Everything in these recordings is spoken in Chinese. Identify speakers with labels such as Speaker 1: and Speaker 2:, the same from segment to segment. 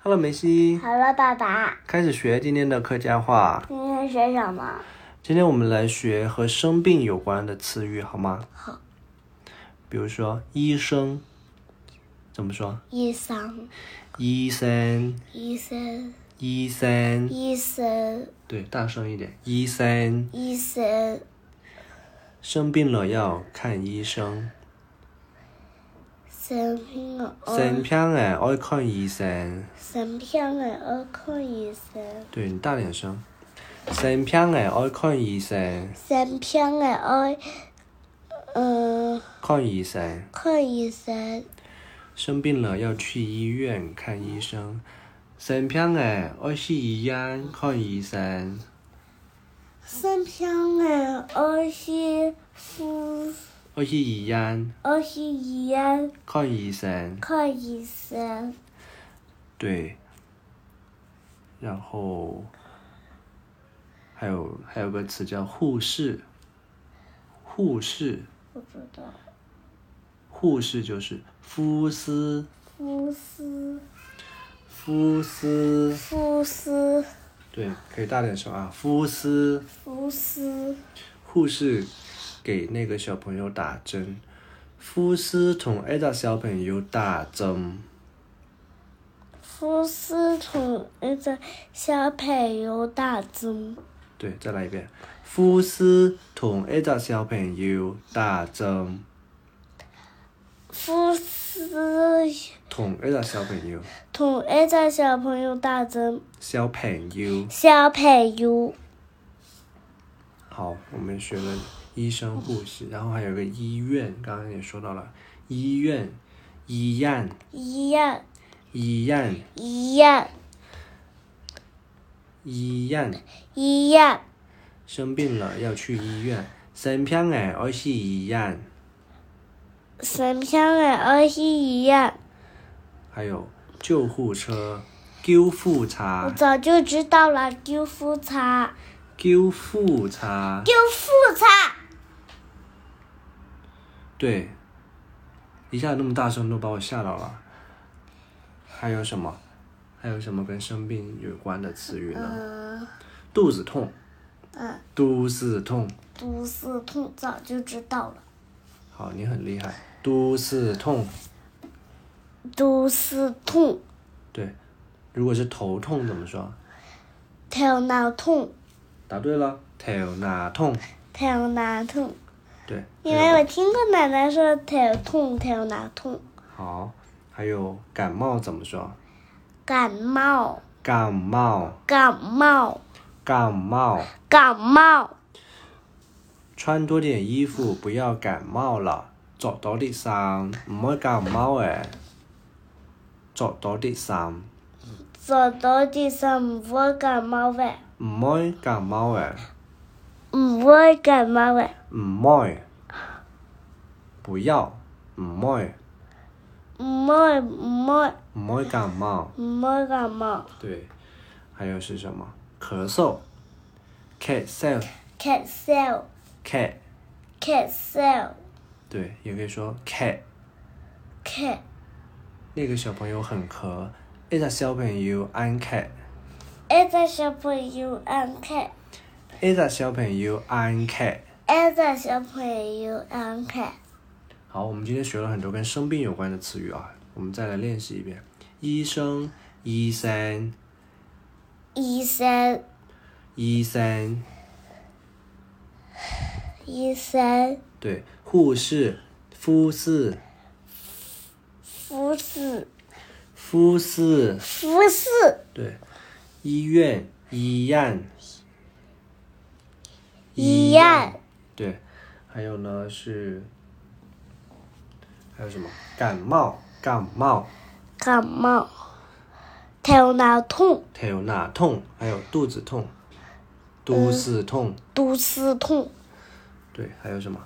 Speaker 1: Hello，梅西，
Speaker 2: 好了，爸爸，
Speaker 1: 开始学今天的客家话。
Speaker 2: 今天学什么？
Speaker 1: 今天我们来学和生病有关的词语，好吗？好。比如说医生，怎么说？
Speaker 2: 医生，
Speaker 1: 医生，
Speaker 2: 医生，
Speaker 1: 医生，
Speaker 2: 医生，
Speaker 1: 对，大声一点，医生。
Speaker 2: 医生，
Speaker 1: 生病了要看医生，
Speaker 2: 生病了
Speaker 1: 生病了爱看医生。
Speaker 2: 生病了要看医生，
Speaker 1: 对你大点声，生病了爱看医生，
Speaker 2: 生病了要，嗯，
Speaker 1: 看医生。
Speaker 2: 看医生，
Speaker 1: 生病了要去医院看医生，哎生病了要去医院看医生。
Speaker 2: 生病了要去妇，
Speaker 1: 要去医院
Speaker 2: 要去医院
Speaker 1: 看医生，
Speaker 2: 看医生，
Speaker 1: 对。然后还有还有个词叫护士，护士
Speaker 2: 不知道，
Speaker 1: 护士就是夫斯
Speaker 2: 夫斯，
Speaker 1: 夫斯，
Speaker 2: 夫斯，
Speaker 1: 对，可以大点声啊，夫斯。
Speaker 2: 夫斯，
Speaker 1: 护士给那个小朋友打针，护士同挨个小朋友打针，
Speaker 2: 夫斯呃同一个小朋友打针，
Speaker 1: 对，再来一遍，护士同挨个小朋友打针，
Speaker 2: 夫斯
Speaker 1: 同挨个小朋友，
Speaker 2: 同一个小朋友打针，
Speaker 1: 小朋友，
Speaker 2: 小朋友，
Speaker 1: 好，我们学了医生、护士，然后还有个医院，刚刚也说到了医院，医院，
Speaker 2: 医院，
Speaker 1: 医院，
Speaker 2: 医院，
Speaker 1: 医院。
Speaker 2: 医院，
Speaker 1: 生病了要去医院，生病了要去医院。
Speaker 2: 生病了要去医院。
Speaker 1: 还有救护车、救护
Speaker 2: 我
Speaker 1: 车、
Speaker 2: 早就知道了，救护车，
Speaker 1: 救护车，
Speaker 2: 救护车，
Speaker 1: 对，一下那么大声都把我吓到了。还有什么？还有什么跟生病有关的词语呢？
Speaker 2: 嗯
Speaker 1: 肚子痛，
Speaker 2: 嗯，
Speaker 1: 肚子痛，
Speaker 2: 肚子痛早就知道了，
Speaker 1: 好，你很厉害，肚子痛，
Speaker 2: 肚子痛，
Speaker 1: 对。如果是头痛怎么说？
Speaker 2: 头脑痛，
Speaker 1: 答对了，头哪痛？
Speaker 2: 头脑痛。
Speaker 1: 对，
Speaker 2: 因为我听过奶奶说头痛，头脑痛，
Speaker 1: 好，还有感冒怎么说？
Speaker 2: 感冒，
Speaker 1: 感冒，
Speaker 2: 感冒，
Speaker 1: 感冒。
Speaker 2: 感冒，
Speaker 1: 穿多点衣服，不要感冒了。着到啲衫，唔好感冒诶。着到啲衫，
Speaker 2: 坐到地上唔会感冒喂，
Speaker 1: 唔好感冒诶，
Speaker 2: 唔会感冒喂，
Speaker 1: 唔好，不要，唔好，
Speaker 2: 唔会唔会
Speaker 1: 唔好感冒。
Speaker 2: 唔会感冒，
Speaker 1: 对，还有是什么？咳嗽，咳嗽，
Speaker 2: 咳嗽，
Speaker 1: 咳，
Speaker 2: 咳嗽，
Speaker 1: 对，也可以说咳。
Speaker 2: 咳。
Speaker 1: 那个小朋友很咳，一个小朋友安咳，
Speaker 2: 一个小朋友按开，
Speaker 1: 一个小朋友安咳。
Speaker 2: 一个小朋友按开，
Speaker 1: 好，我们今天学了很多跟生病有关的词语啊，我们再来练习一遍：医生、医生、
Speaker 2: 医生，
Speaker 1: 医生，
Speaker 2: 医生，
Speaker 1: 对，护士、护士、
Speaker 2: 护士，
Speaker 1: 护士，
Speaker 2: 护士，
Speaker 1: 对，医院、医院、
Speaker 2: 医院，
Speaker 1: 对，还有呢是，还有什么？感冒、感冒、
Speaker 2: 感冒，头脑痛，
Speaker 1: 头脑痛，还有肚子痛、
Speaker 2: 嗯
Speaker 1: 肚子痛，
Speaker 2: 肚子痛，
Speaker 1: 对，还有什么？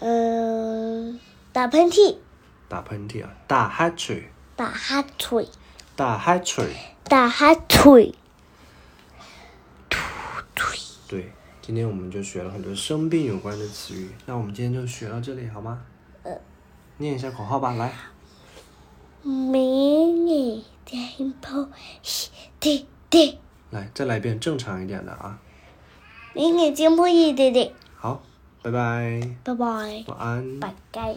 Speaker 2: 嗯、打喷嚏，
Speaker 1: 打喷嚏啊，打哈欠。
Speaker 2: 打哈欠，
Speaker 1: 打哈欠，
Speaker 2: 打哈欠，
Speaker 1: 对，今天我们就学了很多生病有关的词语，那我们今天就学到这里好吗？念一下口号吧，来，
Speaker 2: 迷你电 波，一滴滴，
Speaker 1: 来，再来一遍正常一点的啊。
Speaker 2: 迷你电波一滴滴，
Speaker 1: 好，拜拜，
Speaker 2: 拜拜，
Speaker 1: 晚安。
Speaker 2: 拜拜。